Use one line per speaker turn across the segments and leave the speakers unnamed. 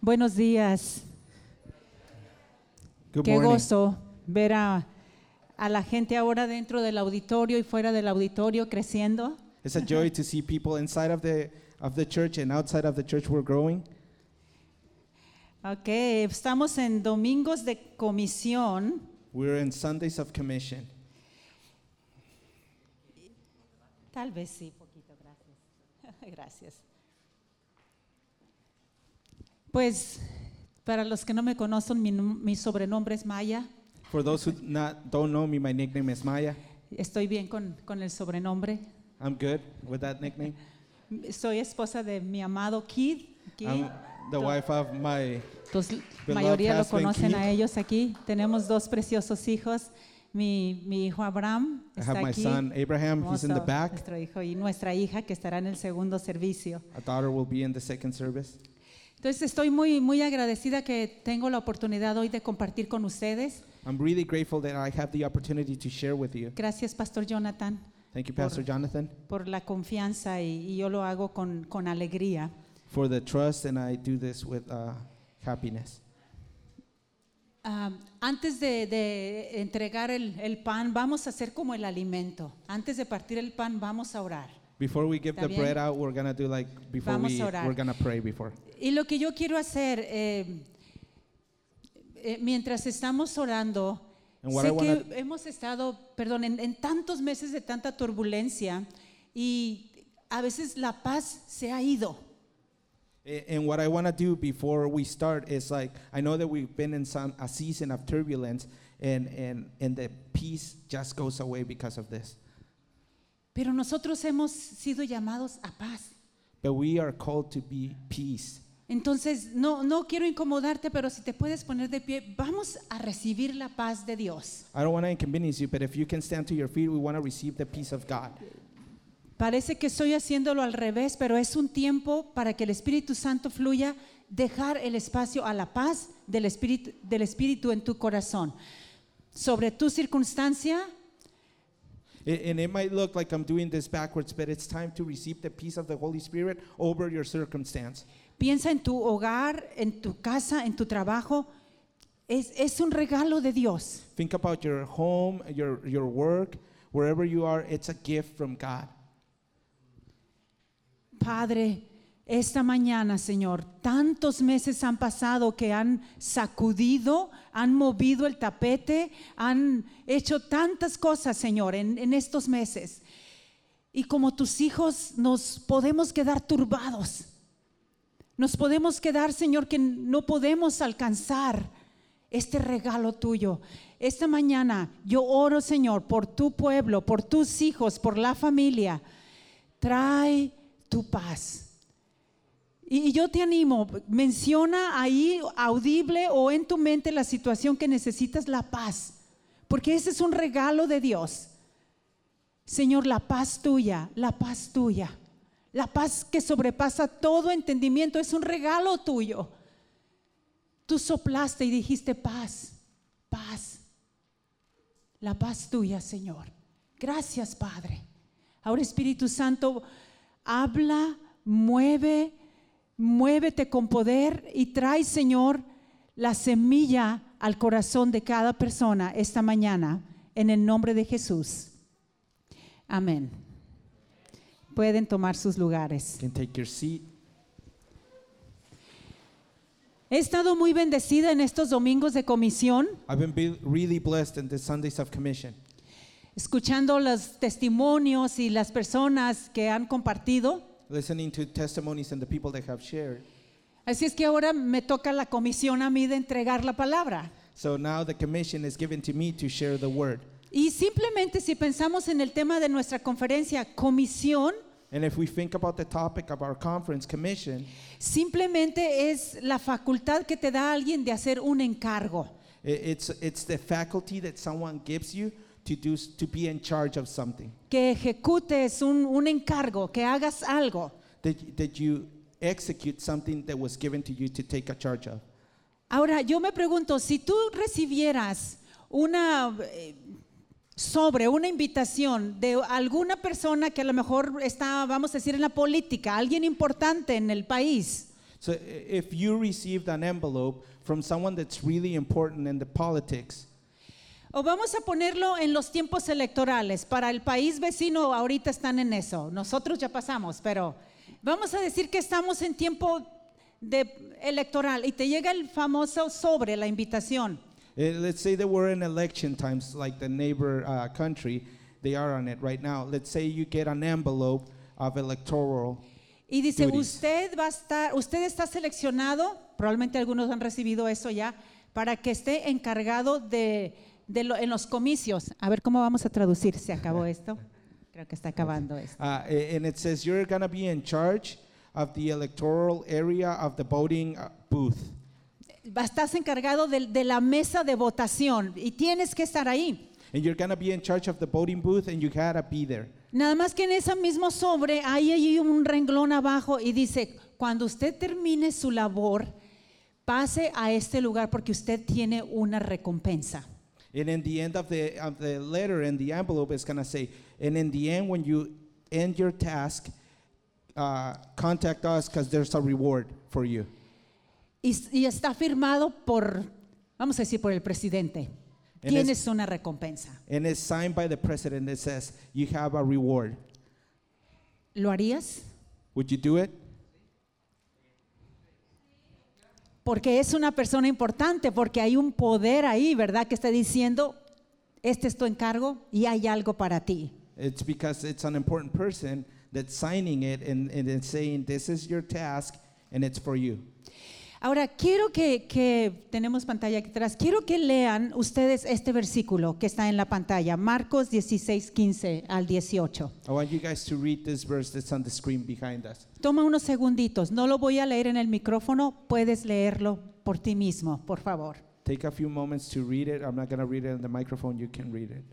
Buenos días.
Good
Qué
morning.
gozo ver a, a la gente ahora dentro del auditorio y fuera del auditorio creciendo.
It's a joy to see people inside of the of the church and outside of the church. We're growing.
Ok, estamos en domingos de comisión
We're in Sundays of Commission.
Tal vez sí, poquito, gracias. gracias. Pues para los que no me conocen, mi, nom- mi sobrenombre es Maya.
For those who not don't know me, my nickname is Maya.
Estoy bien con, con el sobrenombre.
I'm good with that nickname.
Soy esposa de mi amado Kid. Kid.
I'm the wife of my
Entonces,
Beloved
mayoría lo
husband,
conocen a
Keith.
ellos aquí. Tenemos dos preciosos hijos. Mi, mi hijo Abraham
I have
está
my
aquí.
son Abraham. He's in the
hermoso,
back.
Nuestro hijo y nuestra hija que estará en el segundo servicio.
A daughter will be in the second service.
Entonces estoy muy muy agradecida que tengo la oportunidad hoy de compartir con ustedes.
I'm really grateful that I have the opportunity to share with you.
Gracias, Pastor Jonathan,
Thank you, Pastor Jonathan,
por la confianza y, y yo lo hago con, con alegría.
for the trust, and I do this with uh, happiness.
Ah, antes de, de entregar el, el pan, vamos a hacer como el alimento. Antes de partir el pan, vamos a orar.
Before we give the
También.
bread out, we're gonna do like before
Vamos
we
a orar.
we're gonna pray before.
Y lo que yo quiero hacer, eh, eh, mientras estamos orando,
And what
sé
I wanna-
que hemos estado, perdón, en, en tantos meses de tanta turbulencia y a veces la paz se ha ido.
A- And what I want to do before we start is like I know that we've been in some a season of turbulence, and and and the peace just goes away because of this.
Pero nosotros hemos sido llamados a paz.
But we are called to be peace.
Entonces, no, no quiero incomodarte, pero si te puedes poner de pie, vamos a recibir la paz de Dios.
I don't want to inconvenience you, but if you can stand to your feet, we want to receive the peace of God.
Parece que estoy haciéndolo al revés, pero es un tiempo para que el Espíritu Santo fluya, dejar el espacio a la paz del Espíritu, del Espíritu en tu corazón. Sobre tu circunstancia,
A- and it might look like I'm doing this backwards, but it's time to receive the peace of the Holy Spirit over your circumstance.
piensa en tu hogar, en tu casa, en tu trabajo. Es, es un regalo de Dios.
Think about your home, your your work, wherever you are. It's a gift from God.
Padre, esta mañana, Señor, tantos meses han pasado que han sacudido, han movido el tapete, han hecho tantas cosas, Señor, en, en estos meses. Y como tus hijos nos podemos quedar turbados. Nos podemos quedar, Señor, que no podemos alcanzar este regalo tuyo. Esta mañana yo oro, Señor, por tu pueblo, por tus hijos, por la familia. Trae tu paz. Y y yo te animo, menciona ahí audible o en tu mente la situación que necesitas la paz, porque ese es un regalo de Dios. Señor, la paz tuya, la paz tuya, la paz que sobrepasa todo entendimiento es un regalo tuyo. Tú soplaste y dijiste paz, paz, la paz tuya, Señor. Gracias, Padre. Ahora, Espíritu Santo, habla, mueve, muévete con poder y trae, Señor, la semilla al corazón de cada persona esta mañana, en el nombre de Jesús. Amén. Pueden tomar sus lugares.
You can take your seat.
He estado muy bendecida en estos domingos de comisión,
I've been be- really blessed in the Sundays of Commission,
escuchando los testimonios y las personas que han compartido.
listening to testimonies and the people that have shared.
Así es que ahora me toca la comisión a mí de entregar la palabra.
So now the commission is given to me to share the word.
Y simplemente si pensamos en el tema de nuestra conferencia, comisión,
And if we think about the topic of our conference, commission,
simplemente es la facultad que te da alguien de hacer un encargo.
i- it's, it's the faculty that someone gives you to, do, s- to be in charge of something,
Que ejecutes un, un encargo, que hagas algo.
that, y- that you execute something that was given to you to take a charge of.
Ahora, yo me pregunto, si tú recibieras una eh, sobre, una invitación de alguna persona que a lo mejor está, vamos a decir, en la política, alguien importante en el país,
So i- if you received an envelope from someone that's really important in the politics,
O vamos a ponerlo en los tiempos electorales. Para el país vecino ahorita están en eso. Nosotros ya pasamos, pero vamos a decir que estamos en tiempo de electoral y te llega el famoso sobre la invitación.
eh, let's say that we're in election times, like the neighbor uh, country, they are on it right now. Let's say you get an envelope of electoral.
Y dice,
Duties.
usted va a estar, usted está seleccionado, probablemente algunos han recibido eso ya, para que esté encargado de, de lo- en los comicios. A ver cómo vamos a traducir, se acabó esto. Creo que está acabando esto.
Uh, a- and it says you're going to be in charge of the electoral area of the voting uh, booth.
Estás encargado del- de, la mesa de votación y tienes que estar ahí.
And you're going to be in charge of the voting booth and you got to be there.
Nada más que en ese mismo sobre hay ahí un renglón abajo y dice, cuando usted termine su labor, pase a este lugar porque usted tiene una recompensa.
And in the end of the, of the letter in the envelope, it's going to say, and in the end, when you end your task, uh, contact us because there's a reward for you.
Y, y está firmado por, vamos a decir, por el presidente.
En
Tienes una recompensa.
And it's signed by the president. It says, you have a reward.
¿Lo harías?
Would you do it?
Porque es una persona importante, porque hay un poder ahí, ¿verdad? Que está diciendo, este es tu encargo y hay algo para ti.
It's because it's an important person that's signing it and, and it's saying, this is your task and it's for you.
Ahora, quiero que, que- tenemos pantalla aquí atrás, quiero que lean ustedes este versículo que está en la pantalla, Marcos 16, 15 al 18.
I want you guys to read this verse that's on the screen behind us.
Toma unos segunditos, no lo voy a leer en el micrófono, puedes leerlo por ti mismo, por favor.
Take a few moments to read it. I'm not going to read it on the microphone. You can read it.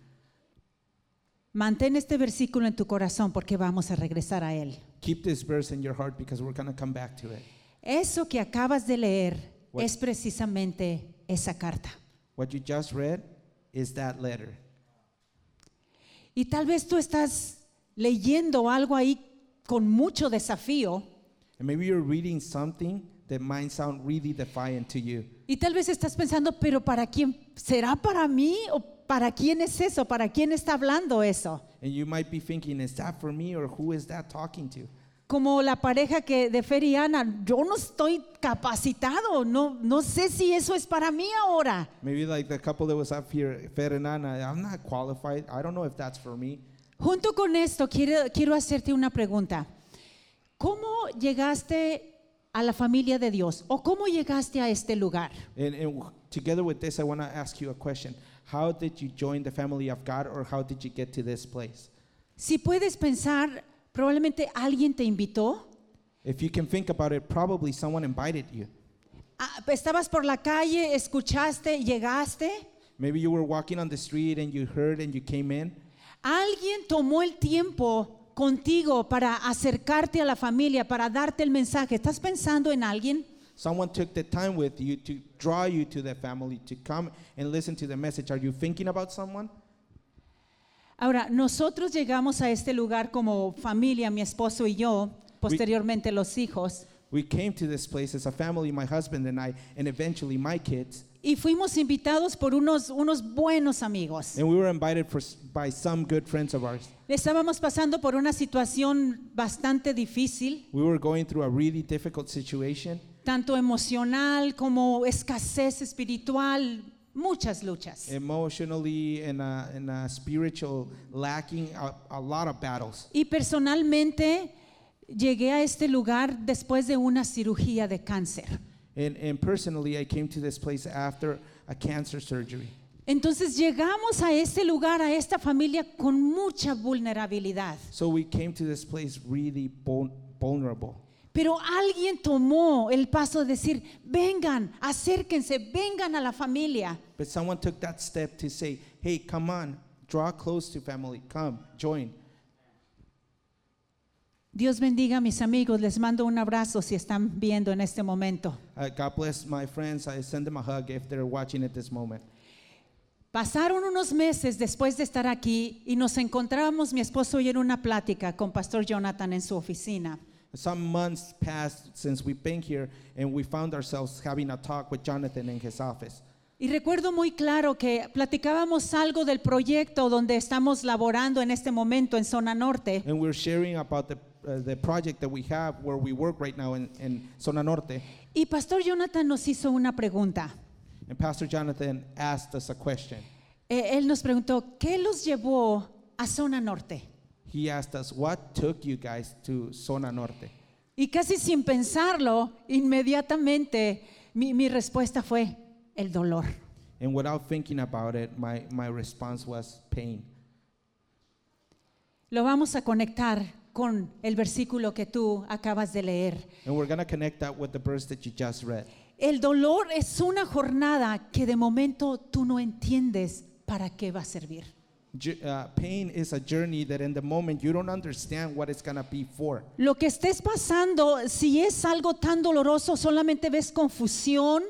Mantén este versículo en tu corazón porque vamos a regresar a él.
Keep this verse in your heart because we're going to come back to it.
Eso que acabas de leer
Bueno.
es precisamente esa carta.
What you just read is that letter.
Y tal vez tú estás leyendo algo ahí con mucho desafío
And maybe you're reading something that might sound really defiant to you.
y tal vez estás pensando, pero ¿para quién? ¿Será para mí o para quién es eso? ¿Para quién está hablando eso?
And you might be thinking, is that for me or who is that talking to?
Como la pareja que de Fer y Ana, yo no estoy capacitado, no, no sé si eso es para mí ahora.
Maybe like the couple that was up here, Fer and Ana, I'm not qualified. I don't know if that's for me.
Junto con esto, quiero, quiero hacerte una pregunta. ¿Cómo llegaste a la familia de Dios o cómo llegaste a este lugar?
And, and w- together with this, I want to ask you a question. How did you join the family of God or how did you get to this place?
Si puedes pensar, probablemente alguien te invitó.
If you can think about it, probably someone invited you.
Ah, Estabas por la calle, escuchaste, llegaste.
Maybe you were walking on the street and you heard and you came in.
Alguien tomó el tiempo contigo para acercarte a la familia, para darte el mensaje. ¿Estás pensando en alguien?
Someone took the time with you to draw you to the family, to come and listen to the message. Are you thinking about someone?
Ahora, nosotros llegamos a este lugar como familia, mi esposo y yo, posteriormente los hijos.
We came to this place as a family, my husband and I, and eventually my kids.
Y fuimos invitados por unos, unos buenos amigos.
And we were invited for, s- by some good friends of ours.
Estábamos pasando por una situación bastante difícil,
We were going through a really difficult situation,
tanto emocional como escasez espiritual, muchas luchas.
Eh. emotionally and a, and a spiritual lacking, a, a lot of battles.
Y personalmente llegué a este lugar después de una cirugía de cáncer.
And, and personally, I came to this place after a cancer surgery.
Entonces llegamos a este lugar, a esta familia, con mucha vulnerabilidad.
So we came to this place really vul- vulnerable.
Pero alguien tomó el paso de decir, vengan, acérquense, vengan a la familia.
But someone took that step to say, hey, come on, draw close to family, come, join.
Dios bendiga a mis amigos, les mando un abrazo si están viendo en este momento.
Uh, God bless my friends. I send them a hug if they're watching at this moment.
Pasaron unos meses después de estar aquí y nos encontrábamos mi esposo y yo en una plática con Pastor Jonathan en su oficina.
some months passed since we've been here, and we found ourselves having a talk with Jonathan in his office.
Y recuerdo muy claro que platicábamos algo del proyecto donde estamos laborando en este momento en Zona Norte.
And we're sharing about the, uh, the project that we have where we work right now in, in Zona Norte.
Y Pastor Jonathan nos hizo una pregunta.
And Pastor Jonathan asked us a question.
Eh, él nos preguntó, ¿qué los llevó a Zona Norte?
He asked us, What took you guys to Zona Norte?
Y casi sin pensarlo, inmediatamente mi, mi respuesta fue, el dolor.
And without thinking about it, my, my response was pain.
Lo vamos a conectar con el versículo que tú acabas de leer.
And we're going to connect that with the verse that you just read.
El dolor es una jornada que de momento tú no entiendes para qué va a servir.
Ju- uh, pain is a journey that in the moment you don't understand what it's going to be for.
Lo que estés pasando, si es algo tan doloroso, solamente ves confusión,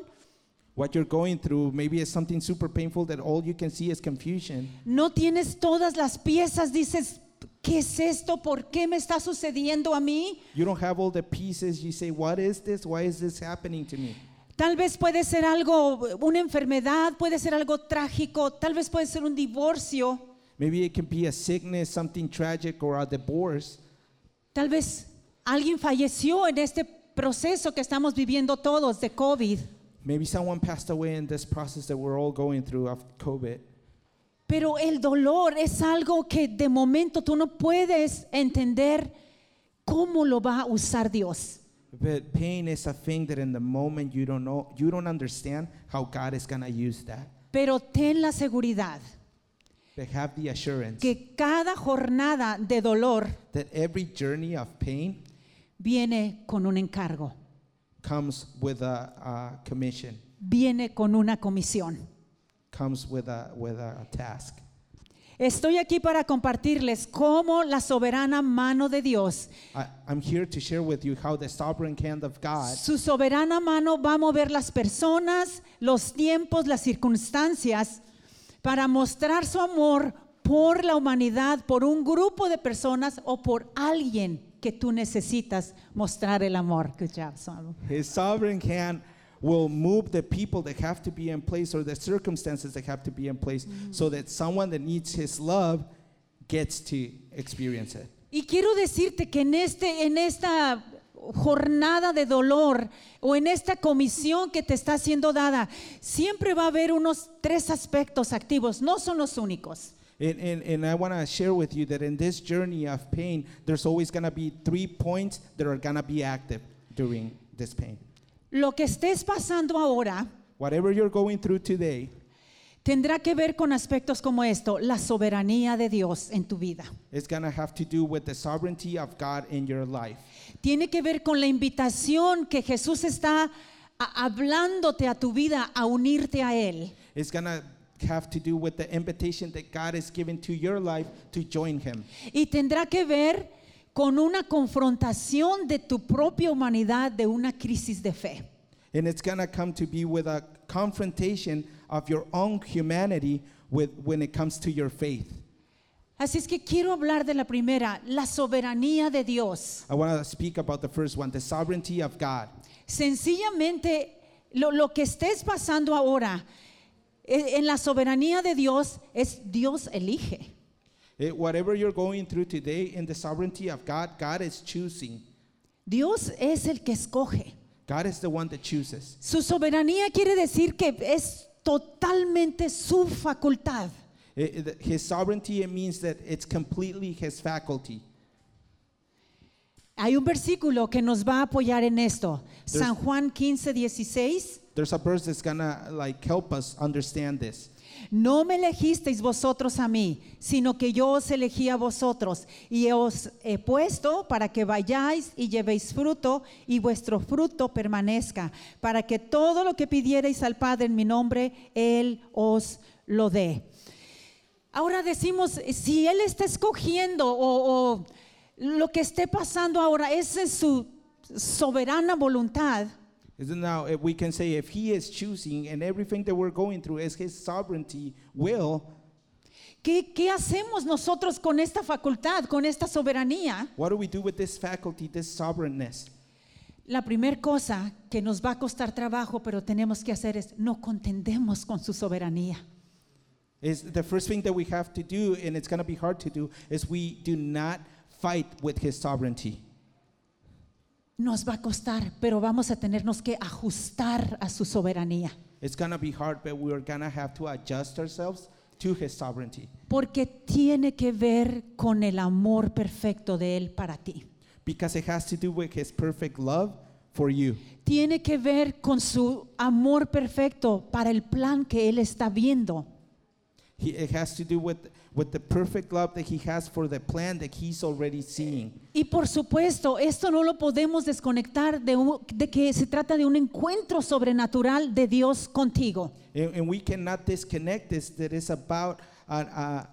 What you're going through maybe it's something super painful that all you can see is confusion.
no tienes todas las piezas, dices, ¿qué es esto? ¿Por qué me está sucediendo a mí?
You don't have all the pieces. You say, What is this? Why is this happening to me?
Tal vez puede ser algo, una enfermedad, puede ser algo trágico, tal vez puede ser un divorcio,
Maybe it can be a sickness, something tragic, or a divorce.
tal vez alguien falleció en este proceso que estamos viviendo todos de COVID.
Maybe someone passed away in this process that we're all going through after COVID.
Pero el dolor es algo que de momento tú no puedes entender cómo lo va a usar Dios.
But pain is a thing that in the moment you don't know, you don't understand how God is going to use that.
Pero ten la seguridad
But have the assurance
que cada jornada de dolor
that every journey of pain
viene con un encargo,
comes with a, a commission,
viene con una comisión.
comes with a, with a task.
Estoy aquí para compartirles cómo la soberana mano de Dios,
I, I'm here to share with you how the sovereign hand of God,
su soberana mano va a mover las personas, los tiempos, las circunstancias, para mostrar su amor por la humanidad, por un grupo de personas o por alguien que tú necesitas mostrar el amor. Good job, Salvo.
his sovereign hand will move the people that have to be in place or the circumstances that have to be in place so that someone that needs his love gets to experience it.
Y quiero decirte que en, este, en esta jornada de dolor o en esta comisión que te está siendo dada, siempre va a haber unos tres aspectos activos, no son los únicos.
And, and, and I want to share with you that in this journey of pain, there's always going to be three points that are going to be active during this pain.
Lo que estés pasando ahora
Whatever you're going through today
tendrá que ver con aspectos como esto, la soberanía de Dios en tu vida.
is going to have to do with the sovereignty of God in your life.
Tiene que ver con la invitación que Jesús está a- hablándote a tu vida a unirte a Él.
It's going to have to do with the invitation that God is giving to your life to join Him.
Y tendrá que ver con una confrontación de tu propia humanidad de una crisis de fe.
And it's going to come to be with a confrontation of your own humanity with, when it comes to your faith.
Así es que quiero hablar de la primera, la soberanía de Dios.
I want to speak about the first one the sovereignty of God.
Sencillamente, lo, lo que estés pasando ahora e- en la soberanía de Dios es Dios elige.
It- whatever you're going through today in the sovereignty of God, God is choosing.
Dios es el que escoge.
God is the one that chooses.
Su soberanía quiere decir que es totalmente su facultad.
It- it- his sovereignty, it means that it's completely His faculty.
Hay un versículo que nos va a apoyar en esto. San Juan 15, 16.
There's a verse that's gonna like help us understand this.
No me elegisteis vosotros a mí, sino que yo os elegí a vosotros y os he puesto para que vayáis y llevéis fruto y vuestro fruto permanezca, para que todo lo que pidierais al Padre en mi nombre, Él os lo dé. Ahora decimos, si Él está escogiendo o, o lo que esté pasando ahora es en su soberana voluntad,
Isn't now if we can say if He is choosing and everything that we're going through is His sovereignty will,
¿Qué, qué hacemos nosotros con esta facultad, con esta soberanía?
What do we do with this faculty, this sovereignness?
La primera cosa que nos va a costar trabajo, pero tenemos que hacer es no contendemos con su soberanía.
Is the first thing that we have to do, and it's going to be hard to do, is we do not fight with his sovereignty.
Nos va a costar, pero vamos a tenernos que ajustar a su soberanía.
It's going to be hard, but we're going to have to adjust ourselves to his sovereignty
Porque tiene que ver con el amor perfecto de Él para ti.
because it has to do with his perfect love for you.
Tiene que ver con su amor perfecto para el plan que Él está viendo.
He, it has to do with, with the perfect love that he has for the plan that he's already seeing.
Y por supuesto, esto no lo podemos desconectar de, un- de que se trata de un encuentro sobrenatural de Dios contigo.
And, and we cannot disconnect this, that it's about a, a,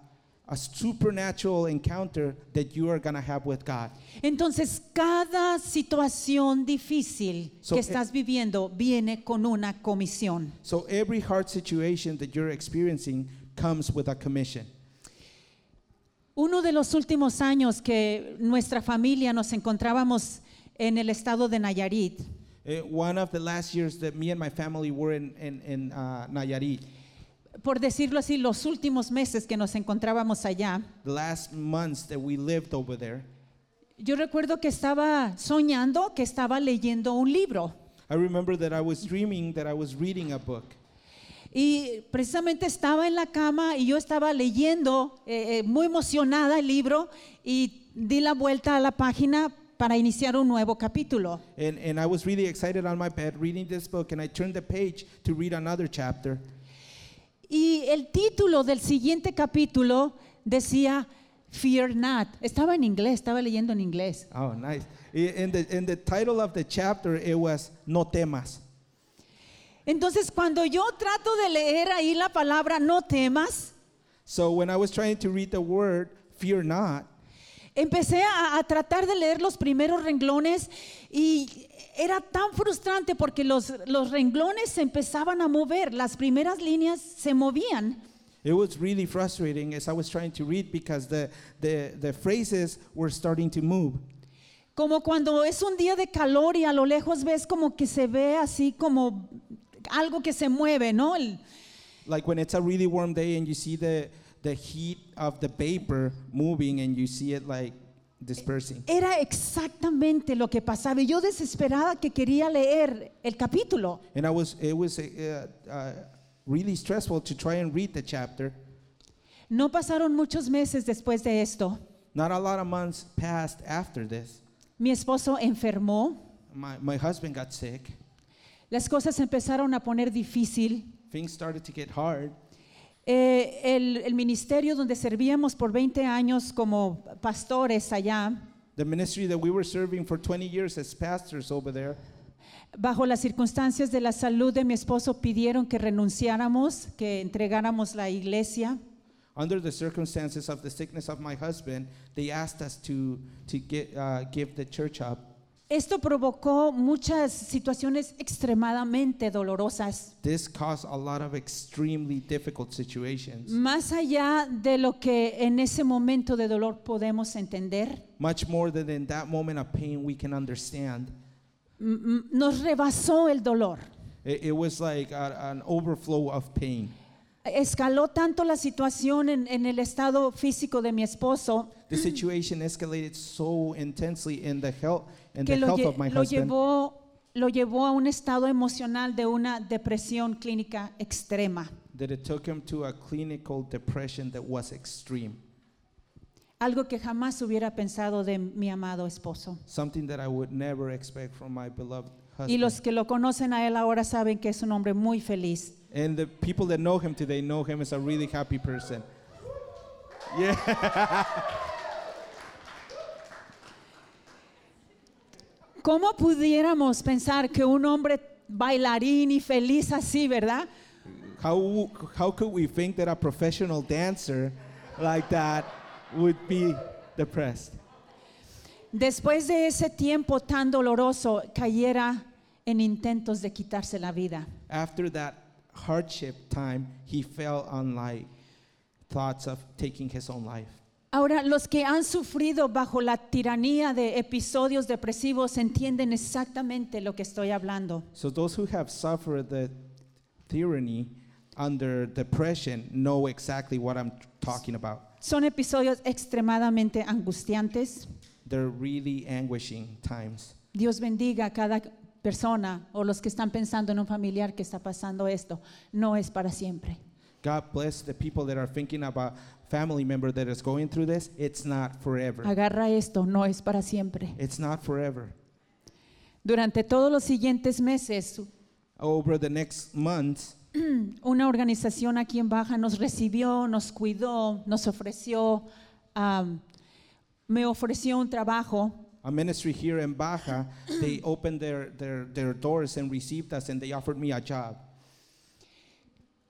a supernatural encounter that you are going to have with God.
Entonces, cada situación difícil
So,
que
eh,
estás viviendo viene con una comisión.
So every hard situation that you're experiencing comes with a commission.
Uno de los últimos años que nuestra familia nos encontrábamos en el estado de Nayarit,
Eh, one of the last years that me and my family were in, in, in uh, Nayarit,
por decirlo así, los últimos meses que nos encontrábamos allá,
the last months that we lived over there,
yo recuerdo que estaba soñando que estaba leyendo un libro.
I remember that I was dreaming that I was reading a book.
Y precisamente estaba en la cama y yo estaba leyendo, eh, eh, muy emocionada el libro, y di la vuelta a la página para iniciar un nuevo capítulo.
And, and I was really excited on my bed reading this book, and I turned the page to read another chapter.
Y el título del siguiente capítulo decía Fear Not. Estaba en inglés, estaba leyendo en inglés.
Oh, nice. I- In the, in the title of the chapter, it was No Temas.
Entonces cuando yo trato de leer ahí la palabra no temas,
So when I was trying to read the word, fear not,
Empecé a, a tratar de leer los primeros renglones y era tan frustrante porque los, los renglones se empezaban a mover, las primeras líneas se movían.
it was really frustrating as I was trying to read because the, the, the phrases were starting to move.
Como cuando es un día de calor y a lo lejos ves como que se ve así como algo que se mueve, ¿no? El-
Like when it's a really warm day and you see the, the heat of the vapor moving and you see it like dispersing.
era exactamente lo que pasaba y yo desesperada que quería leer el capítulo.
And I was, it was uh, uh, really stressful to try and read the chapter.
No pasaron muchos meses después de esto.
Not a lot of months passed after this.
Mi esposo enfermó.
My, my husband got sick.
Las cosas se empezaron a poner difícil.
Things started to get hard.
Eh, el, el ministerio donde servíamos por 20 años como pastores allá,
The ministry that we were serving for 20 years as pastors over there,
bajo las circunstancias de la salud de mi esposo pidieron que renunciáramos, que entregáramos la iglesia.
under the circumstances of the sickness of my husband, they asked us to, to get, uh, give the church up.
Esto provocó muchas situaciones extremadamente dolorosas,
This caused a lot of extremely difficult situations,
más allá de lo que en ese momento de dolor podemos entender.
much more than in that moment of pain we can understand.
m- m- Nos rebasó el dolor.
It, it was like a, an overflow of pain.
Escaló tanto la situación en, en el estado físico de mi esposo
The situation escalated so intensely in the health in
que
the
lo,
health
lle-
of my
lo
husband
llevó, lo llevó a un estado emocional de una depresión clínica extrema,
that it took him to a clinical depression that was extreme.
algo que jamás hubiera pensado de mi amado esposo.
Something that I would never expect from my beloved
Y
husband.
los que lo conocen a él ahora saben que es un hombre muy feliz.
and the people that know him today know him as a really happy person. Yeah.
¿Cómo pudiéramos pensar que un hombre bailarín y feliz así, verdad?
How how could we think that a professional dancer like that would be depressed?
Después de ese tiempo tan doloroso, cayera en intentos de quitarse la vida.
After that hardship time, he fell on like thoughts of taking his own life.
Ahora, los que han sufrido bajo la tiranía de episodios depresivos entienden exactamente lo que estoy hablando.
So those who have suffered the tyranny under depression know exactly what I'm talking about.
Son episodios extremadamente angustiantes.
They're really anguishing times.
Dios bendiga a cada persona o los que están pensando en un familiar que está pasando esto. No es para siempre.
God bless the people that are thinking about family member that is going through this. It's not forever.
Agarra esto, no es para siempre.
It's not forever.
Durante todos los siguientes meses,
Over the next months,
una organización aquí en Baja nos recibió, nos cuidó, nos ofreció, am, me ofreció un trabajo
a ministry here in Baja, they opened their, their, their doors and received us and they offered me a job.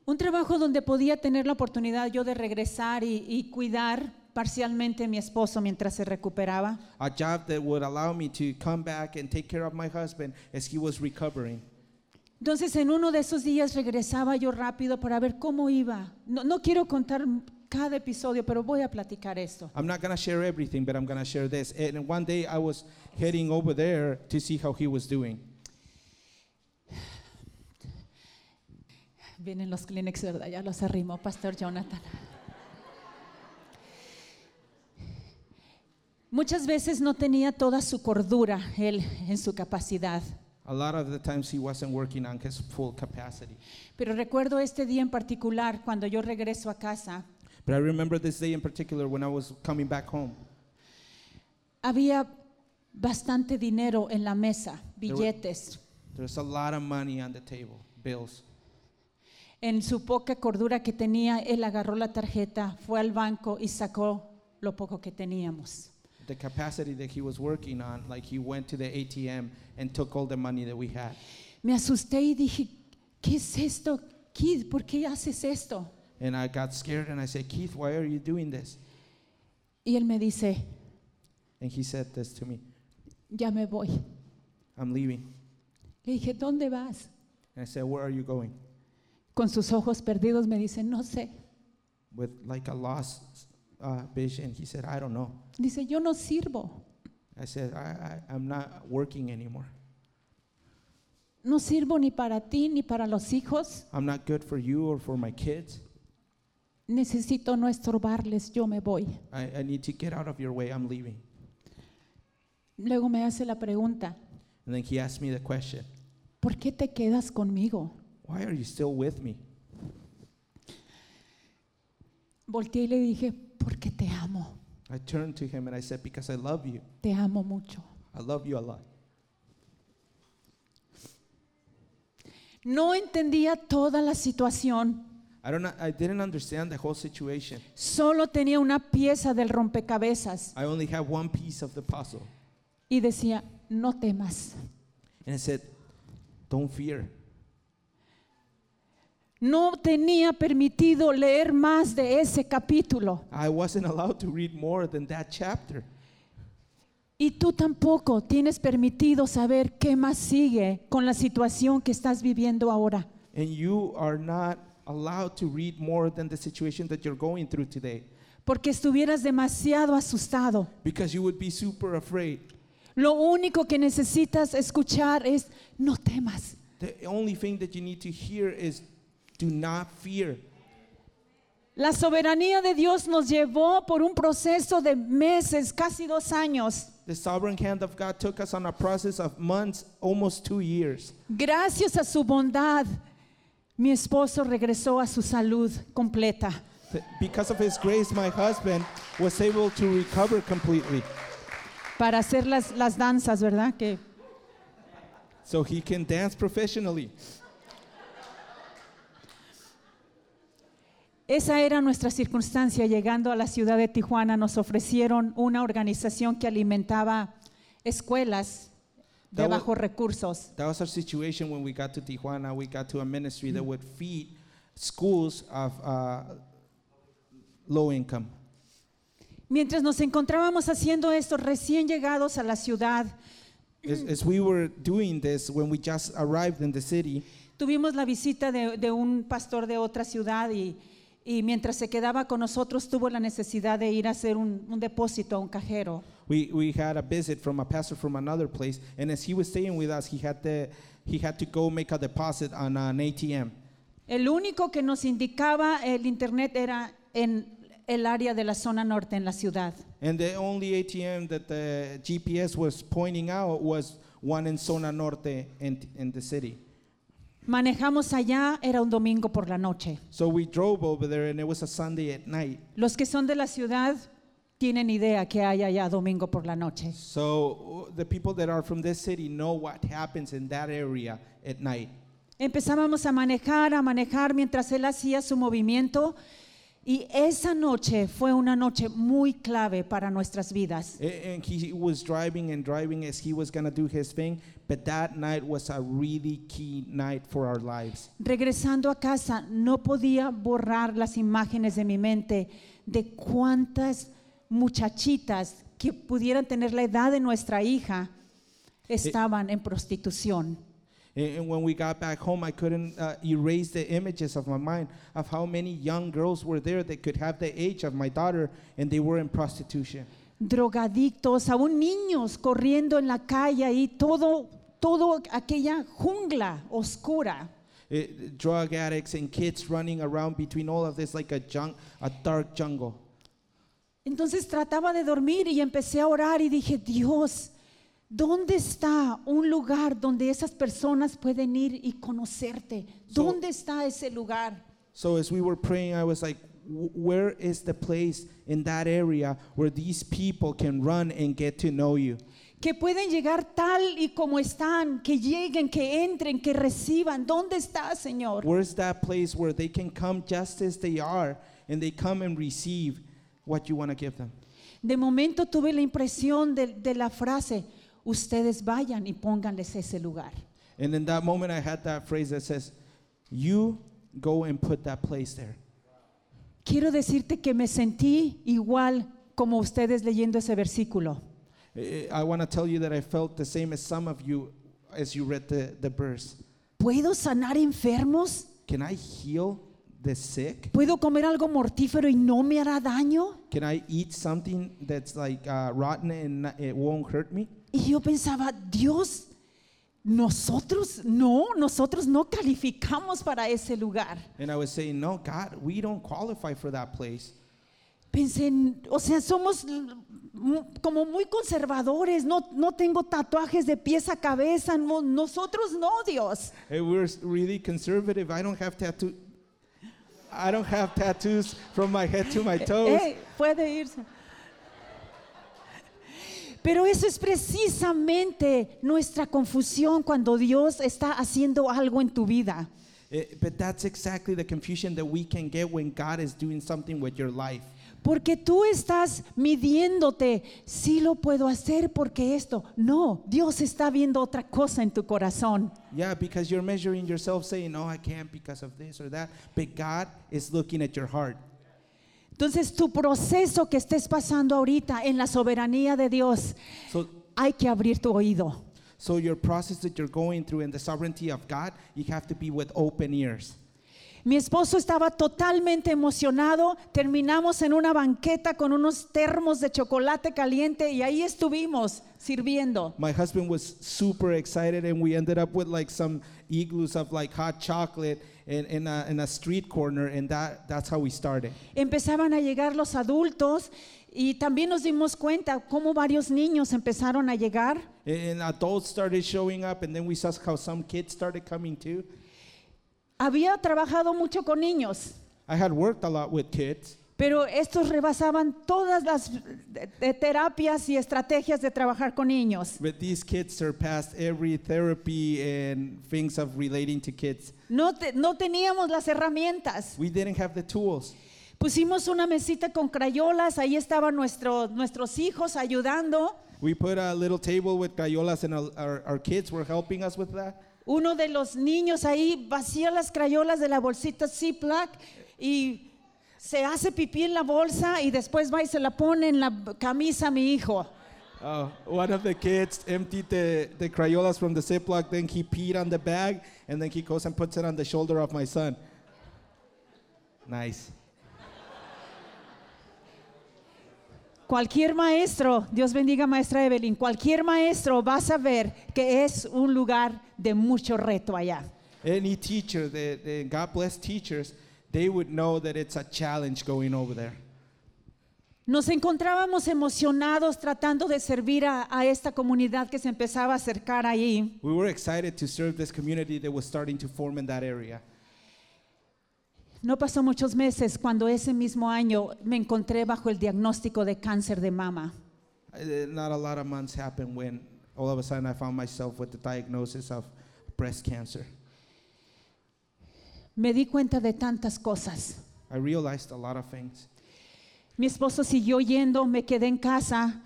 Un trabajo donde podía tener la oportunidad yo de regresar y, y cuidar parcialmente a mi esposo mientras se recuperaba.
A job that would allow me to come back and take care of my husband as he was recovering.
Entonces en uno de esos días regresaba yo rápido para ver cómo iba. No, no quiero contar cada episodio, pero voy a platicar esto.
I'm not going to share everything, but I'm going to share this. And one day I was heading over there to see how he was doing.
Vienen los Kleenex, ¿verdad? Ya los arrimó Pastor Jonathan. Muchas veces no tenía toda su cordura él en su capacidad.
A lot of the times he wasn't working on his full capacity.
Pero recuerdo este día en particular cuando yo regreso a casa.
But I remember this day in particular when I was coming back home.
Había bastante dinero en la mesa,
were-
billetes.
There's a lot of money on the table, bills.
En su poca cordura que tenía, él agarró la tarjeta, fue al banco y sacó lo poco que teníamos.
The capacity that he was working on, like he went to the ATM and took all the money that we had.
Me asusté y dije, ¿qué es esto? Kid, ¿por qué haces esto?
And I got scared and I said, Keith, why are you doing this?
Y él me dice,
And he said this to me,
ya me voy.
I'm leaving.
Le dije, ¿dónde vas?
And I said, Where are you going?
Con sus ojos perdidos me dice, no sé.
With like a lost uh, vision. He said, I don't know.
Dice, yo no sirvo.
I said, I, I, I'm not working anymore.
No sirvo ni para ti ni para los hijos.
I'm not good for you or for my kids.
Necesito no estorbarles, yo me voy.
I, I need to get out of your way. I'm leaving.
Luego me hace la pregunta,
And then he asked me the question,
¿por qué te quedas conmigo?
Why are you still with me?
Volteé y le dije, porque te amo,
I turned to him and I said, Because I love you.
te amo mucho.
I love you a lot.
No entendía toda la situación,
I don't know, I didn't understand the whole situation.
solo tenía una pieza del rompecabezas
I only have one piece of the puzzle.
y decía, no temas,
And I said, Don't fear.
no tenía permitido leer más de ese capítulo
I wasn't allowed to read more than that chapter.
y tú tampoco tienes permitido saber qué más sigue con la situación que estás viviendo ahora.
And you are not allowed to read more than the situation that you're going through today
porque estuvieras demasiado asustado.
because you would be super afraid.
Lo único que necesitas escuchar es, no temas.
The only thing that you need to hear is do not fear.
La soberanía de Dios nos llevó por un proceso de meses, casi dos años.
The sovereign hand of God took us on a process of months, almost two years.
Gracias a su bondad, mi esposo regresó a su salud completa.
Th- Because of his grace, my husband was able to recover completely.
Para hacer las, las danzas, ¿verdad? Que
So he can dance professionally.
esa era nuestra circunstancia. Llegando a la ciudad de Tijuana, nos ofrecieron una organización que alimentaba escuelas de
That was-
bajos recursos.
That was our situation when we got to Tijuana. We got to a ministry that would feed schools of uh, low income.
Mientras nos encontrábamos haciendo esto, recién llegados a la ciudad,
As, as we were doing this, when we just arrived in the city,
tuvimos la visita de, de un pastor de otra ciudad y, y mientras se quedaba con nosotros tuvo la necesidad de ir a hacer un, un depósito a un cajero.
We, we had a visit from a pastor from another place, and as he was staying with us, he had to, he had to go make a deposit on an ATM.
El único que nos indicaba el internet era en el área de la zona norte en la ciudad.
And the only ATM that the GPS was pointing out was one in Zona Norte in, in the city.
Manejamos allá, era un domingo por la noche.
So we drove over there, and it was a Sunday at night.
Los que son de la ciudad tienen idea que hay allá domingo por la noche.
So uh, the people that are from this city know what happens in that area at night.
Empezábamos a manejar, a manejar mientras él hacía su movimiento y esa noche fue una noche muy clave para nuestras vidas.
A- And he was driving and driving as he was gonna do his thing, but that night was a really key night for our lives.
Regresando a casa no podía borrar las imágenes de mi mente de cuántas muchachitas que pudieran tener la edad de nuestra hija estaban en prostitución.
A- And when we got back home, I couldn't uh, erase the images of my mind of how many young girls were there that could have the age of my daughter and they were in prostitution.
drogadictos, aún niños corriendo en la calle ahí, todo, todo aquella jungla oscura.
It, Eh, drug addicts and kids running around between all of this like a, jung- a dark jungle.
Entonces trataba de dormir y empecé a orar y dije, Dios, ¿dónde está un lugar donde esas personas pueden ir y conocerte?
So-
¿Dónde está ese lugar?
So as we were praying, I was like, "Wh- where is the place in that area where these people can run and get to know you?
Que pueden llegar tal y como están, que lleguen, que entren, que reciban. ¿Dónde está, Señor?
Where's that place where they can come just as they are and they come and receive what you want to give them?
De momento tuve la impresión de, de la frase, ustedes vayan y pónganles ese lugar.
And in that moment, I had that phrase that says, you go and put that place there.
Quiero decirte que me sentí igual como ustedes leyendo ese versículo.
I- Eh, I want to tell you that I felt the same as some of you as you read the, the verse.
¿Puedo sanar enfermos?
Can I heal the sick?
¿Puedo comer algo mortífero y no me hará daño?
Can I eat something that's like uh, rotten and not- it won't hurt me?
Y yo pensaba, Dios, nosotros no, nosotros no calificamos para ese lugar.
And I was saying, no, God, we don't qualify for that place.
Pensé, en- o sea, somos l- mu- como muy conservadores, no, no tengo tatuajes de pies a cabeza, no, nosotros no, Dios.
Hey, we're s- really conservative. I don't have tattoo. I don't have tattoos from my head to my toes.
Ey, Eh, puede irse. Pero eso es precisamente nuestra confusión cuando Dios está haciendo algo en tu vida.
Eh, but that's exactly the confusion that we can get when God is doing something with your life.
Porque tú estás midiéndote, si lo puedo hacer porque esto. No, Dios está viendo otra cosa en tu corazón.
Yeah, because you're measuring yourself saying, no, I can't because of this or that. But God is looking at your heart.
Entonces tu proceso que estés pasando ahorita en la soberanía de Dios,
So,
hay que abrir tu oído.
so your process that you're going through and the sovereignty of God, you have to be with open ears.
Mi esposo estaba totalmente emocionado. Terminamos en una banqueta con unos termos de chocolate caliente y ahí estuvimos sirviendo.
My husband was super excited, and we ended up with like some igloos of like hot chocolate in, in, a, in a street corner, and that, that's how we started.
Empezaban a llegar los adultos y también nos dimos cuenta cómo varios niños empezaron a llegar.
And, and adults started showing up, and then we saw how some kids started coming too.
Había trabajado mucho con niños,
I had worked a lot with kids,
pero estos rebasaban todas las eh, eh, terapias y estrategias de trabajar con niños.
but these kids surpassed every therapy and things of relating to kids.
No, te- no teníamos las herramientas.
We didn't have the tools.
Pusimos una mesita con crayolas, ahí estaban nuestro- nuestros hijos ayudando.
We put a little table with crayolas, and our, our, our kids were helping us with that.
Uno de los niños ahí vacía las crayolas de la bolsita Ziploc y se hace pipí en la bolsa y después va y se la pone en la b- camisa a mi hijo.
Uh, one of the kids emptied the, the Crayolas from the Ziploc, then he peed on the bag, and then he goes and puts it on the shoulder of my son. Nice.
Cualquier maestro, Dios bendiga maestra Evelyn, cualquier maestro va a saber que es un lugar de mucho reto allá.
Any teacher, the, the God bless teachers, they would know that it's a challenge going over there.
Nos encontrábamos emocionados tratando de servir a, a esta comunidad que se empezaba a acercar ahí.
We were excited to serve this community that was starting to form in that area.
No pasó muchos meses cuando ese mismo año me encontré bajo el diagnóstico de cáncer de mama.
Uh, Not a lot of months happened when all of a sudden I found myself with the diagnosis of breast cancer.
Me di cuenta de tantas cosas.
I realized a lot of things.
Mi esposo siguió yendo, me quedé en casa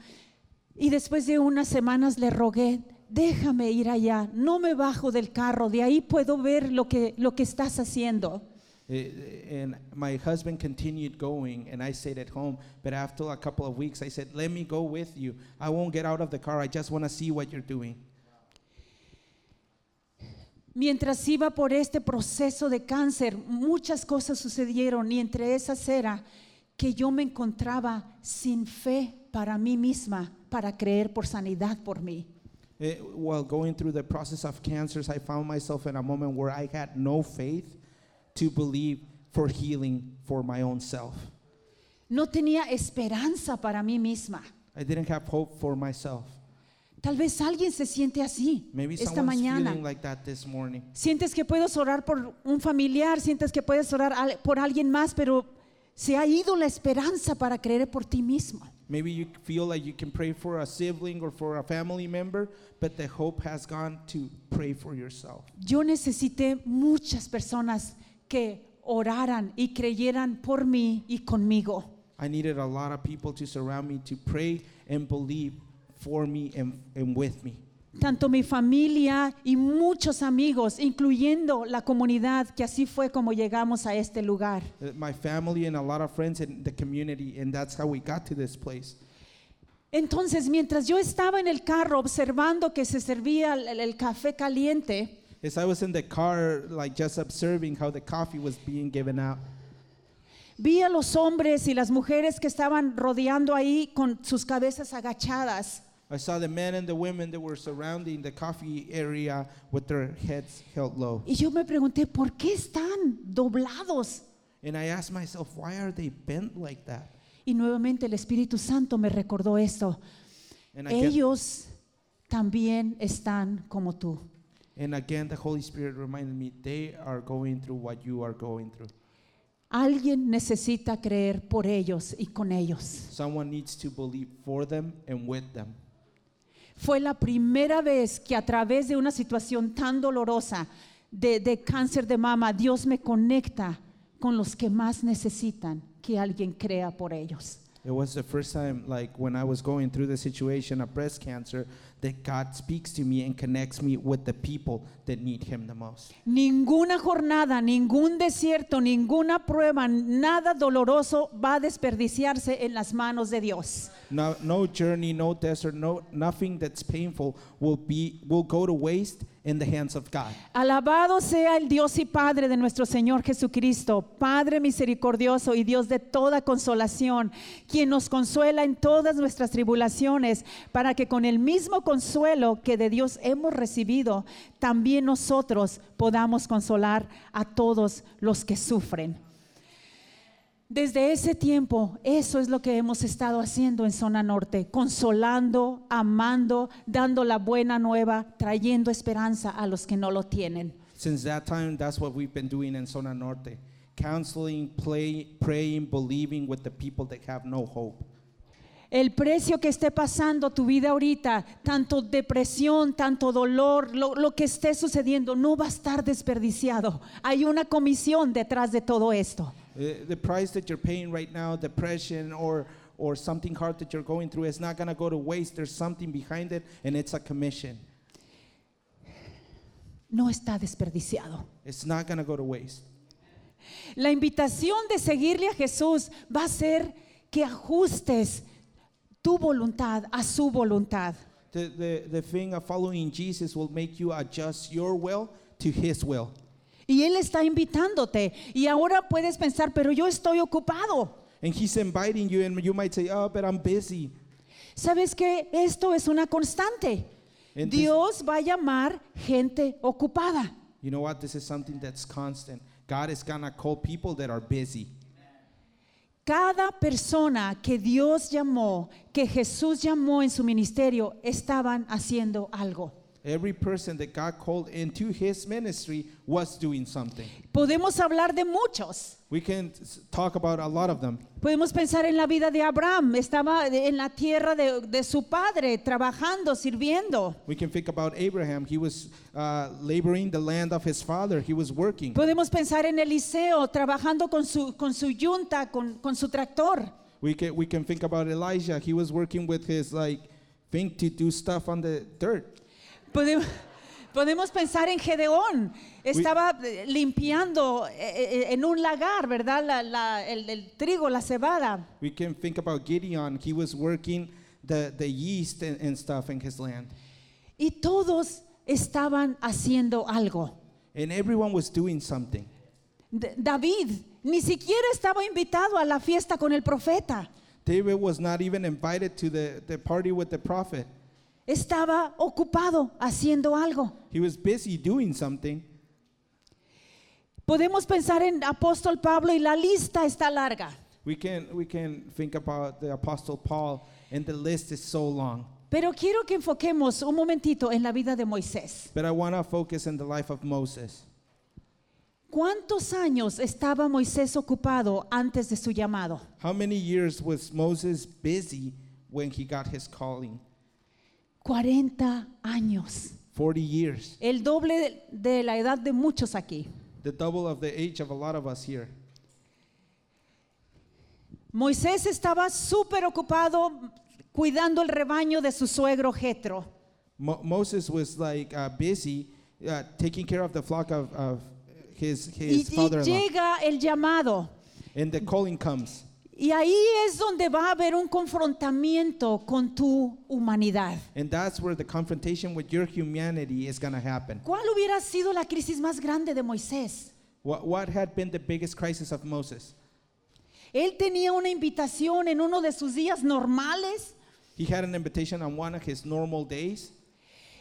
y después de unas semanas le rogué, déjame ir allá, no me bajo del carro, de ahí puedo ver lo que, lo que estás haciendo.
I- and my husband continued going, and I stayed at home. But after a couple of weeks, I said, Let me go with you. I won't get out of the car. I just want to see what you're doing.
Mientras iba por este proceso de cáncer, muchas cosas sucedieron y entre esas era que yo me encontraba sin fe para mí misma, para creer por sanidad por mí.
Eh, while going through the process of cancers, I found myself in a moment where I had no faith to believe for healing for my own self.
No tenía esperanza para mí misma.
I didn't have hope for myself.
Tal vez alguien se siente así
Maybe
esta
someone's
mañana.
feeling like that this morning.
Sientes que puedes orar por un familiar, sientes que puedes orar al- por alguien más, pero se ha ido la esperanza para creer por ti misma.
Maybe you feel like you can pray for a sibling or for a family member, but the hope has gone to pray for yourself.
Yo necesité muchas personas que oraran y creyeran por mí y conmigo.
I needed a lot of people to surround me to pray and believe for me and, and with me.
Tanto mi familia y muchos amigos, incluyendo la comunidad, que así fue como llegamos a este lugar.
Uh, My family and a lot of friends in the community, and that's how we got to this place.
Entonces, mientras yo estaba en el carro observando que se servía el, el café caliente,
As I was in the car, like just observing how the coffee was being given out,
vi a los hombres y las mujeres que estaban rodeando ahí con sus cabezas agachadas.
I saw the men and the women that were surrounding the coffee area with their heads held low.
Y yo me pregunté, ¿por qué están doblados?
And I asked myself, why are they bent like that?
Y nuevamente el Espíritu Santo me recordó esto.
And again,
Ellos también están como tú.
and again, the Holy Spirit reminded me, they are going through what you are going through.
Alguien necesita creer por ellos y con ellos.
Someone needs to believe for them and with them.
Fue la primera vez que a través de una situación tan dolorosa de, de cáncer de mama, Dios me conecta con los que más necesitan que alguien crea por ellos.
It was the first time, like when I was going through the situation of breast cancer, that God speaks to me and connects me with the people that need Him the most.
Ninguna jornada, ningún desierto, ninguna prueba, nada doloroso va a desperdiciarse en las manos de Dios.
No, no journey, no desert, no nothing that's painful will be will go to waste in the hands of God.
Alabado sea el Dios y Padre de nuestro Señor Jesucristo, Padre misericordioso y Dios de toda consolación, quien nos consuela en todas nuestras tribulaciones, para que con el mismo consuelo que de Dios hemos recibido, también nosotros podamos consolar a todos los que sufren. Desde ese tiempo, eso es lo que hemos estado haciendo en Zona Norte, consolando, amando, dando la buena nueva, trayendo esperanza a los que no lo tienen.
Since that time, that's what we've been doing in Zona Norte, counseling, play, praying, believing with the people that have no hope.
El precio que esté pasando tu vida ahorita, tanto depresión, tanto dolor, lo, lo que esté sucediendo, no va a estar desperdiciado. Hay una comisión detrás de todo esto.
Uh, the price that you're paying right now, depression or or something hard that you're going through, is not gonna go to waste. There's something behind it, and it's a commission.
No está desperdiciado.
It's not gonna go to waste.
La invitación de seguirle a Jesús va a ser que ajustes tu voluntad a su voluntad.
The, the, the thing of following Jesus will make you adjust your will to His will.
Y Él está invitándote. Y ahora puedes pensar, pero yo estoy ocupado.
and He's inviting you, and you might say, Oh, but I'm busy.
¿Sabes qué? Esto es una constante.
Entonces-
Dios va a llamar gente ocupada.
You know what? This is something that's constant. God is gonna call people that are busy.
Cada persona que Dios llamó, que Jesús llamó en su ministerio, estaban haciendo algo.
Every person that God called into His ministry was doing something.
Podemos hablar de muchos.
We can s- talk about a lot of them.
Podemos pensar en la vida de Abraham. Estaba de- en la tierra de, de su padre, trabajando, sirviendo.
We can think about Abraham. He was uh, laboring the land of his father. He was working.
Podemos pensar en Eliseo, trabajando con su, con su yunta, con, con su tractor.
We can we can think about Elijah. He was working with his like thing to do stuff on the dirt.
Podem- podemos pensar en Gedeón. Estaba eh, limpiando eh, eh, en un lagar, ¿verdad? La- la- el, el trigo, la cebada.
We can think about Gideon. He was working the, the yeast and, and stuff in his land.
Y todos estaban haciendo algo.
And everyone was doing something.
D- David ni siquiera estaba invitado a la fiesta con el profeta.
David was not even invited to the, the party with the prophet.
Estaba ocupado haciendo algo.
He was busy doing something.
Podemos pensar en apóstol Pablo y la lista está larga.
We can we can think about the apostle Paul and the list is so long.
Pero quiero que enfoquemos un momentito en la vida de Moisés.
But I want to focus on the life of Moses.
¿Cuántos años estaba Moisés ocupado antes de su llamado?
How many years was Moses busy when he got his calling?
40 años.
40 years,
El doble de- de la edad de muchos aquí.
the double of the age of a lot of us here.
Moisés estaba súper ocupado cuidando el rebaño de su suegro Jetro.
Mo- Moses was like uh, busy uh, taking care of the flock of, of his,
Y,
his
y
father in law.
llega el llamado.
And the calling comes.
Y ahí es donde va a haber un confrontamiento con tu humanidad.
And that's where the confrontation with your humanity is going to happen.
¿Cuál hubiera sido la crisis más grande de Moisés?
What, what had been the biggest crisis of Moses?
Él tenía una invitación en uno de sus días normales
He had an invitation on one of his normal days.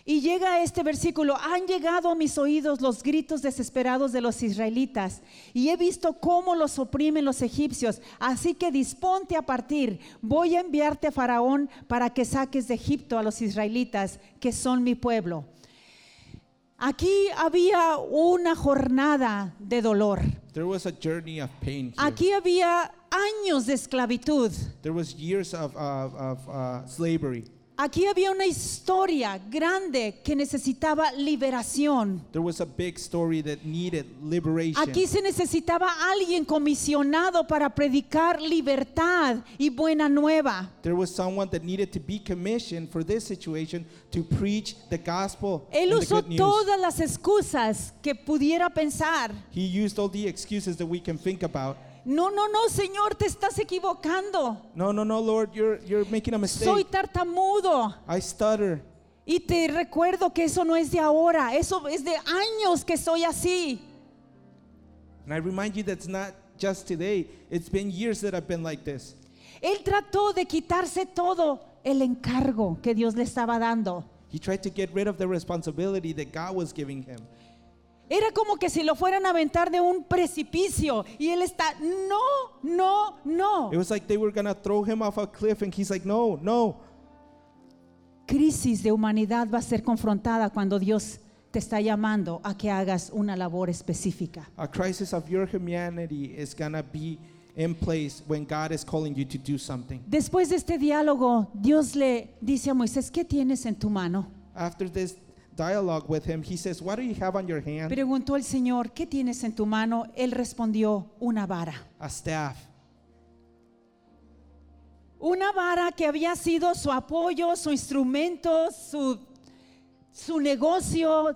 y llega este versículo, han llegado a mis oídos los gritos desesperados de los israelitas y he visto cómo los oprimen los egipcios, así que disponte a partir, voy a enviarte a Faraón para que saques de Egipto a los israelitas, que son mi pueblo. Aquí había una jornada de dolor,
There was a journey of pain. Here.
aquí había años de esclavitud.
There was years of, of, of uh, slavery.
Aquí había una historia grande que necesitaba liberación.
There was a big story that needed liberation.
Aquí se necesitaba alguien comisionado para predicar libertad y buena nueva.
There was someone that needed to be commissioned for this situation to preach the gospel and
Él
the
usó
good news.
todas las excusas que pudiera pensar.
He used all the excuses that we can think about.
No, no, no, Señor, te estás equivocando.
No, no, no, Lord, you're you're making a mistake.
Soy tartamudo.
I stutter.
Y te recuerdo que eso no es de ahora, eso es de años que soy así.
And I remind you that's not just today. It's been years that I've been like this.
Él trató de quitarse todo el encargo que Dios le estaba dando.
He tried to get rid of the responsibility that God was giving him.
Era como que si lo fueran a aventar de un precipicio y él está, no, no, no.
It was like they were gonna throw him off a cliff and he's like, No, no.
Crisis de humanidad va a ser confrontada cuando Dios te está llamando a que hagas una labor específica.
A crisis of your humanity is going to be in place when God is calling you to do something.
Después de este diálogo, Dios le dice a Moisés, ¿qué tienes en tu mano?
After this dialogue with him, he says, What do you have on your hand?
Preguntó el Señor, ¿qué tienes en tu mano? Él respondió, una vara.
A staff.
Una vara que había sido su apoyo, su instrumento, su, su negocio,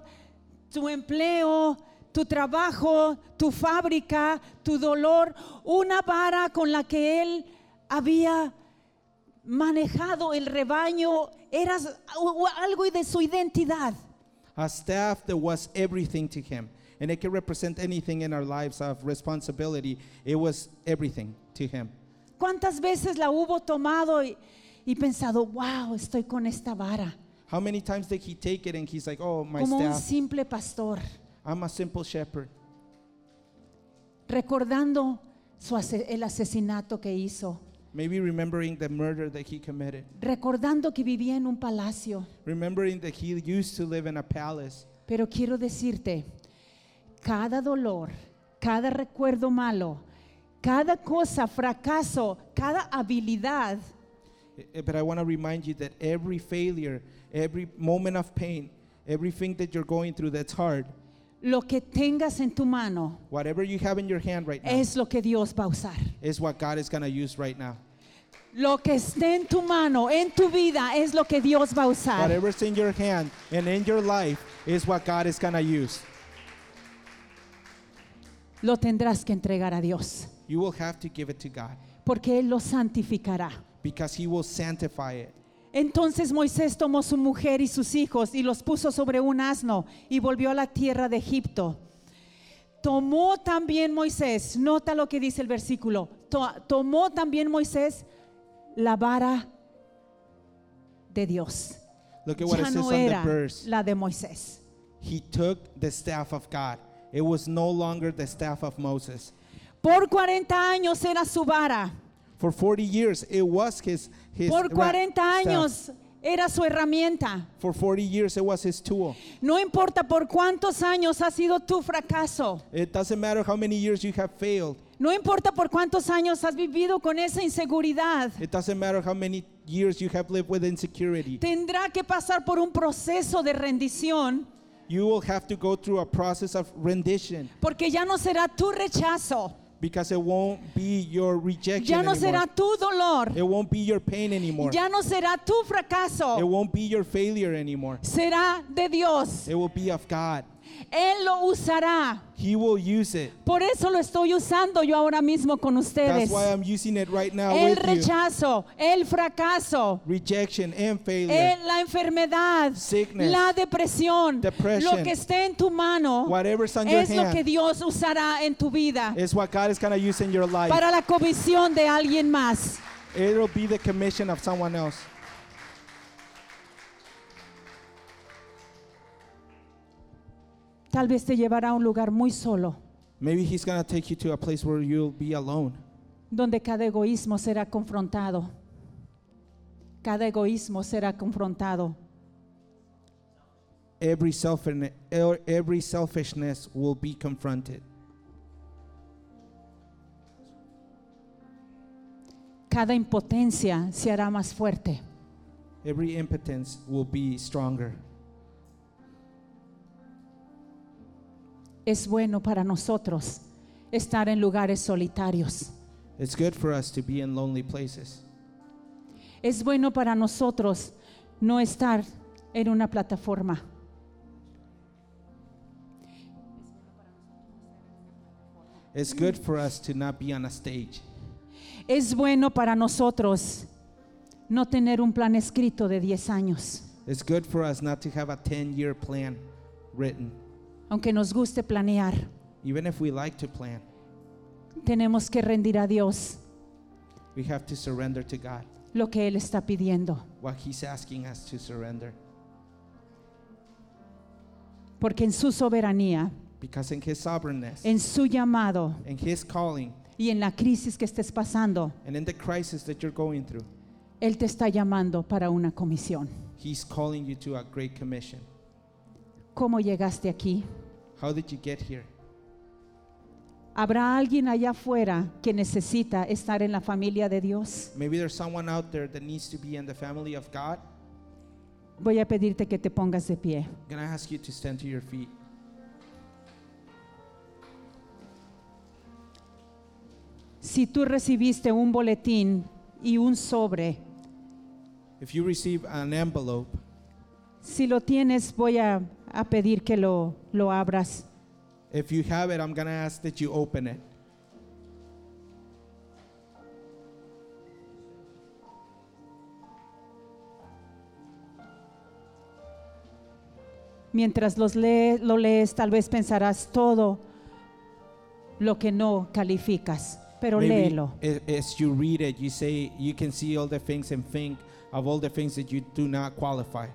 tu empleo, tu trabajo, tu fábrica, tu dolor. Una vara con la que él había manejado el rebaño. Era s- u- u- algo de su identidad.
A staff that was everything to him. And it can represent anything in our lives of responsibility. It was everything to him.
¿Cuántas veces la hubo tomado y, y pensado, wow, estoy con esta vara?
How many times did he take it and he's like, oh, my
Como un
staff,
simple pastor,
I'm a simple shepherd.
recordando su ase- el asesinato que hizo,
Maybe remembering the murder that he committed,
recordando que vivía en un palacio.
remembering that he used to live in a palace.
Pero quiero decirte, cada dolor, cada recuerdo malo, cada cosa, fracaso, cada habilidad
Eh, But I want to remind you that every failure, every moment of pain, everything that you're going through that's hard,
lo que tengas en tu mano
whatever you have in your hand right now,
es lo que Dios va a usar.
is what God is going to use right now.
Lo que esté en tu mano, en tu vida, es lo que Dios va a usar.
Whatever's in your hand and in your life is what God is going to use.
Lo tendrás que entregar a Dios,
You will have to give it to God
porque Él lo santificará.
because He will sanctify it.
Entonces Moisés tomó su mujer y sus hijos y los puso sobre un asno y volvió a la tierra de Egipto. Tomó también Moisés, nota lo que dice el versículo, to- tomó también Moisés la vara de Dios.
Look at what
Ya
it says
no
on the
era
verse.
la de Moisés.
He took the staff of God. It was no longer the staff of Moses.
Por 40 años era su vara.
For 40 years, it was his, his
Por
ra-
40
staff.
años era su herramienta.
For 40 years, it was his tool.
No importa por cuántos años ha sido tu fracaso.
It doesn't matter how many years you have failed.
No importa por cuántos años has vivido con esa inseguridad,
It doesn't matter how many years you have lived with insecurity.
tendrá que pasar por un proceso de rendición
You will have to go through a process of rendition
porque ya no será tu rechazo,
because it won't be your rejection
ya no
anymore.
será tu dolor,
It won't be your pain anymore.
ya no será tu
It
fracaso,
won't be your failure anymore.
será de Dios.
It will be of God.
Él lo usará.
He will use it.
Por eso lo estoy usando yo ahora mismo con
That's
ustedes.
why I'm using it right now
El
with you.
rechazo, el fracaso,
Rejection and failure.
el- la enfermedad,
Sickness.
la depresión,
Depression.
lo que esté en tu mano,
Whatever's on your
es lo
hand.
que Dios usará en tu vida
It's what God is going to use in your life.
para la comisión de alguien más.
It'll be the commission of someone else.
Tal vez te llevará a un lugar muy solo,
Maybe He's going to take you to a place where you'll be alone,
donde cada egoísmo será confrontado. Cada egoísmo será confrontado.
every, selfin- er- every selfishness will be confronted.
Cada impotencia se hará más fuerte.
Every impotence will be stronger.
Es bueno para nosotros estar en lugares solitarios.
It's good for us to be in lonely places.
Es bueno para nosotros no estar en una plataforma.
It's good for us to not be on a stage.
Es bueno para nosotros no tener un plan escrito de 10 años,
It's good for us not to have a 10 year plan written.
aunque nos guste planear.
Even if we like to plan,
Tenemos que rendir a Dios
we have to surrender to God
lo que Él está pidiendo,
what He's asking us to surrender.
porque en su soberanía,
Because in His sovereignness,
en su llamado
in His calling,
y en la crisis que estés pasando,
and in the crisis that you're going through,
Él te está llamando para una comisión.
He's calling you to a great commission.
¿Cómo llegaste aquí?
How did you get here?
¿Habrá alguien allá afuera que necesita estar en la familia de Dios?
Maybe there's someone out there that needs to be in the family of God.
Voy a pedirte que te pongas de pie.
I'm going to ask you to stand to your feet.
Si tú recibiste un boletín y un sobre,
If you receive an envelope,
si lo tienes voy a, a pedir que lo, lo abras.
if you have it, I'm going to ask that you open it.
Mientras los lee- lo lees, tal vez pensarás todo lo que no calificas. pero
Maybe
léelo.
a- as you read it, you say you can see all the things and think of all the things that you do not qualify.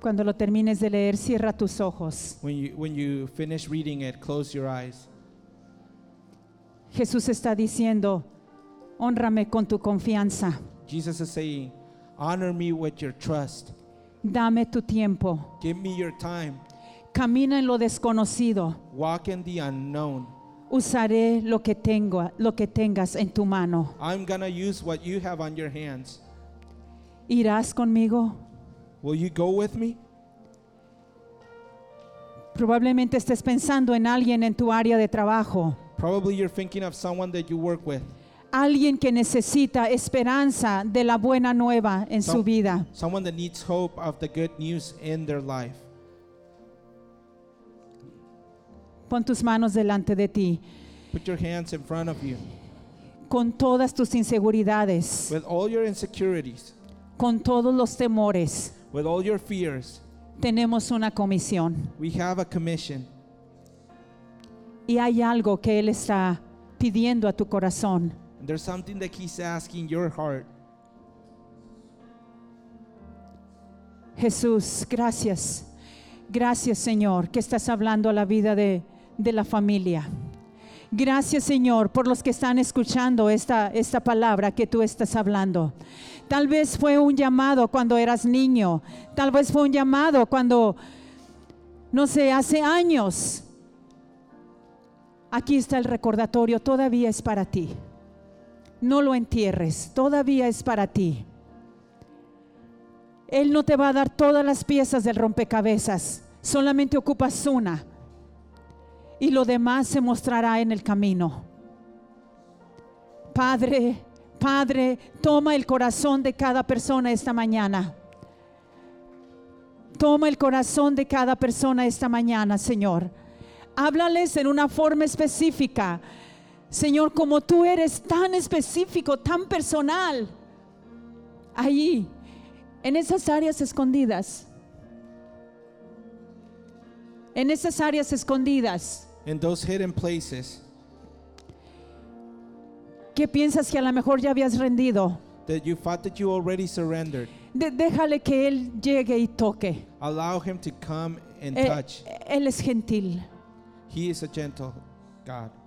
Cuando lo termines de leer, cierra tus ojos.
When you when you finish reading it, close your eyes.
Jesús está diciendo, honrame con tu confianza,
Jesus is saying, "Honor me with your trust.
dame tu tiempo,
Give me your time.
camina en lo desconocido,
Walk in the unknown.
usaré lo que tengo, lo que tengas en tu mano.
I'm going to use what you have on your hands.
¿Irás conmigo?
Will you go with me?"
Probablemente estés pensando en alguien en tu área de trabajo,
Probably you're thinking of someone that you work with,
alguien que necesita esperanza de la buena nueva en su
Some-
vida.
someone that needs hope of the good news in their life.
Pon tus manos delante de ti,
Put your hands in front of you.
con todas tus inseguridades,
With all your insecurities,
con todos los temores.
with all your fears,
Tenemos una comisión.
we have a commission.
Y hay algo que Él está pidiendo a tu corazón.
And there's something that He's asking your heart.
Jesús, gracias. Gracias Señor que estás hablando a la vida de, de la familia. Gracias Señor por los que están escuchando esta, esta palabra que tú estás hablando. Tal vez fue un llamado cuando eras niño. Tal vez fue un llamado cuando, no sé, hace años. Aquí está el recordatorio, todavía es para ti. No lo entierres, todavía es para ti. Él no te va a dar todas las piezas del rompecabezas, solamente ocupas una. Y lo demás se mostrará en el camino. Padre, Padre, toma el corazón de cada persona esta mañana. Toma el corazón de cada persona esta mañana, Señor. Háblales en una forma específica. Señor, como tú eres tan específico, tan personal, ahí, en esas áreas escondidas, en esas áreas escondidas,
In those hidden places
que piensas que a lo mejor ya habías rendido,
that you thought that you already surrendered,
De- déjale que Él llegue y toque.
allow Him to come and
Eh,
touch.
él es gentil.
He is a gentle God.